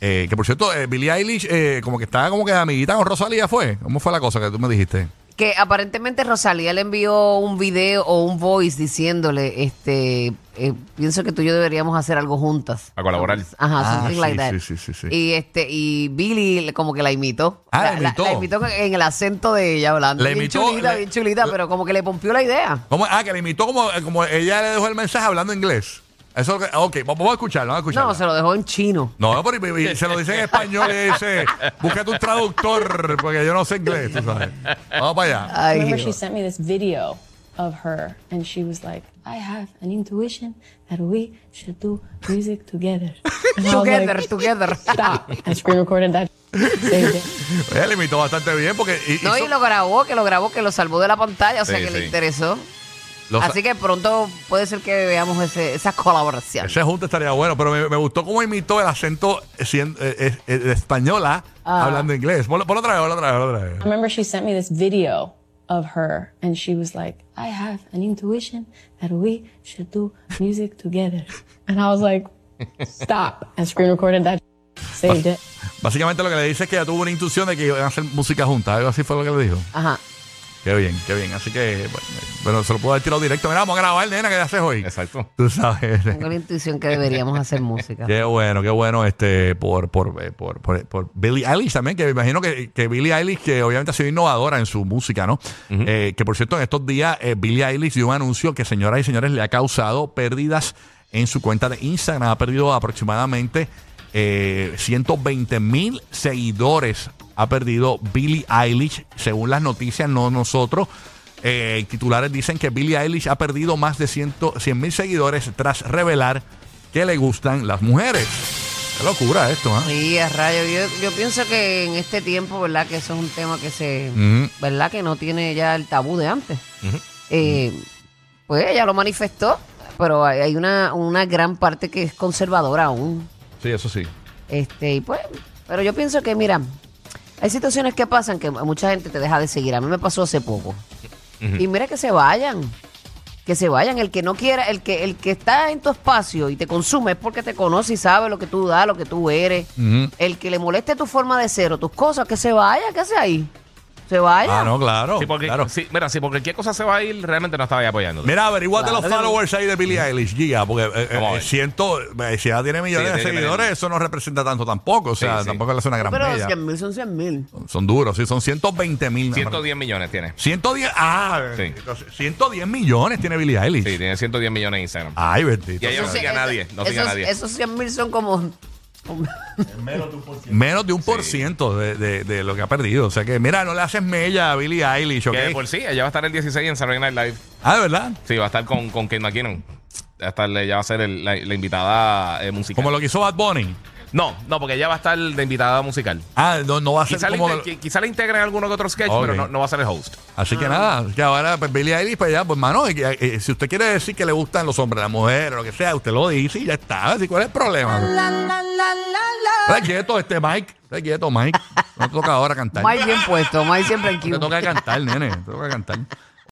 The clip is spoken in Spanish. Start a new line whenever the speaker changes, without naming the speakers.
eh, que por cierto, eh, Billie Eilish eh, como que estaba como que amiguita con Rosalía fue. ¿Cómo fue la cosa que tú me dijiste?
Que aparentemente Rosalía le envió un video o un voice diciéndole, este, eh, pienso que tú y yo deberíamos hacer algo juntas.
A colaborar.
Ajá,
Ah,
something
sí,
like that.
sí, sí, sí, sí.
Y este, y Billy le- como que la imitó.
Ah, la imitó.
La, imitó en el acento de ella hablando.
La
bien
imitó,
chulita,
le-
bien chulita,
la-
pero como que le pompió la idea.
¿Cómo? Ah, que le imitó como, como ella le dejó el mensaje hablando inglés. Eso es lo que- ok, vamos vamos a escucharlo, vamos a escucharlo.
No, se lo dejó en chino.
No, pero y- y se lo dice en español y dice, búscate un traductor, porque yo no sé inglés, tú sabes. Vamos para allá.
Ay,
remember she
Dios.
sent me this video of her and she was like i have an intuition that we should do music together And I was
Together,
like,
together.
stop i screen recorded that saved it
Ella le imitó bastante bien porque... y-
No,
hizo-
y lo grabó, que lo grabó, que lo salvó de la pantalla, o sea
Sí,
que le
sí.
interesó.
los-
Así que pronto puede ser que veamos ese, esa colaboración.
Ese junta estaría bueno, pero me, me gustó cómo imitó el acento siendo, eh, eh, eh, de española hablando inglés. Por, otra vez, por otra vez, ponlo otra vez.
i remember she sent me this video of her and she was like i have an intuition that we should do music together and i was like stop i screen recorded that saved it
Básicamente lo que le dice es que ella tuvo una intuición de que iban a hacer música juntas. Algo así fue lo que le dijo.
Ajá.
Qué bien, qué bien. Así que, bueno, bueno, se lo puedo haber tirado directo. Mira, vamos a grabar, nena, ¿qué haces hoy?
Exacto.
Tú sabes.
Tengo la intuición que deberíamos hacer música.
Qué bueno, qué bueno este por por, eh, por, por, por Billie Eilish también, que me imagino que, que Billie Eilish, que obviamente ha sido innovadora en su música, ¿no? Eh, que por cierto, en estos días eh, Billie Eilish dio un anuncio que, señoras y señores, le ha causado pérdidas en su cuenta de Instagram. Ha perdido aproximadamente eh, 120 mil seguidores. Ha perdido Billie Eilish, según las noticias, no nosotros. Eh, titulares dicen que Billie Eilish ha perdido más de 100 mil seguidores tras revelar que le gustan las mujeres. Qué locura esto, ¿ah?
Sí, a rayo. Yo, yo pienso que en este tiempo, ¿verdad? Que eso es un tema que se.
Ujú.
¿Verdad? Que no tiene ya el tabú de antes. Eh, pues ella lo manifestó, pero hay, hay una, una gran parte que es conservadora aún.
Sí, eso sí.
Este, y pues. Pero yo pienso que, mira, hay situaciones que pasan que mucha gente te deja de seguir. A mí me pasó hace poco. Y mira que se vayan. Que se vayan, el que no quiera, el que, el que está en tu espacio y te consume es porque te conoce y sabe lo que tú das, lo que tú eres.
Ujú.
El que le moleste tu forma de ser o tus cosas, que se vaya, ¿qué hace ahí? Se vaya.
Ah, no, claro.
Sí, porque,
claro.
sí, mira, si por cualquier cosa se va a ir, realmente no estaba ahí apoyando.
Mira, averiguate los
Claro.
followers ahí de Billie Eilish, Giga, porque eh,
Vamos a
eh,
ver.
siento, eh, si ella tiene millones
Sí,
de
tiene que
seguidores,
tener.
eso no representa tanto tampoco, o sea,
Sí, sí.
tampoco le hace una gran
Pero
mella.
100 mil son 100 mil.
Son duros, sí, son 120 mil.
110 millones tiene.
110, ah,
Sí.
entonces, 110 millones tiene Billie Eilish.
Sí, tiene 110 millones en Instagram.
Ay, bendito.
Y ahí- Ella no sigue a nadie, no sigue a
esos,
nadie.
Esos 100 mil son como...
Menos de un por ciento de, de- de lo que ha perdido. O sea que, mira, no le haces mella a Billie Eilish, ¿ok?
Que de por sí, ella va a estar el 16 en Saturday Night Live.
Ah, ¿de verdad?
Sí, va a estar con, con Kate McKinnon. Va a estar, ella va a ser el- la, la invitada eh, musical.
Como lo que hizo Bad Bunny.
No, no, porque ella va a estar de invitada musical.
Ah, no, no va a ser
Quizá, le,
como...
inte- qui- quizá le integren alguno que otro sketch,
Ok.
pero no, no va a ser el host.
Así que nada, que ahora pues, Billie Eilish, pues ya, pues mano, y que, eh, si usted quiere decir que le gustan los hombres, las mujeres, lo que sea, usted lo dice y ya está. Así, ¿Cuál es el problema? Está quieto este Mike, está quieto Mike. No te toca ahora cantar.
Mike bien puesto, Mike siempre en
Te
Q.
toca cantar, nene, te toca cantar.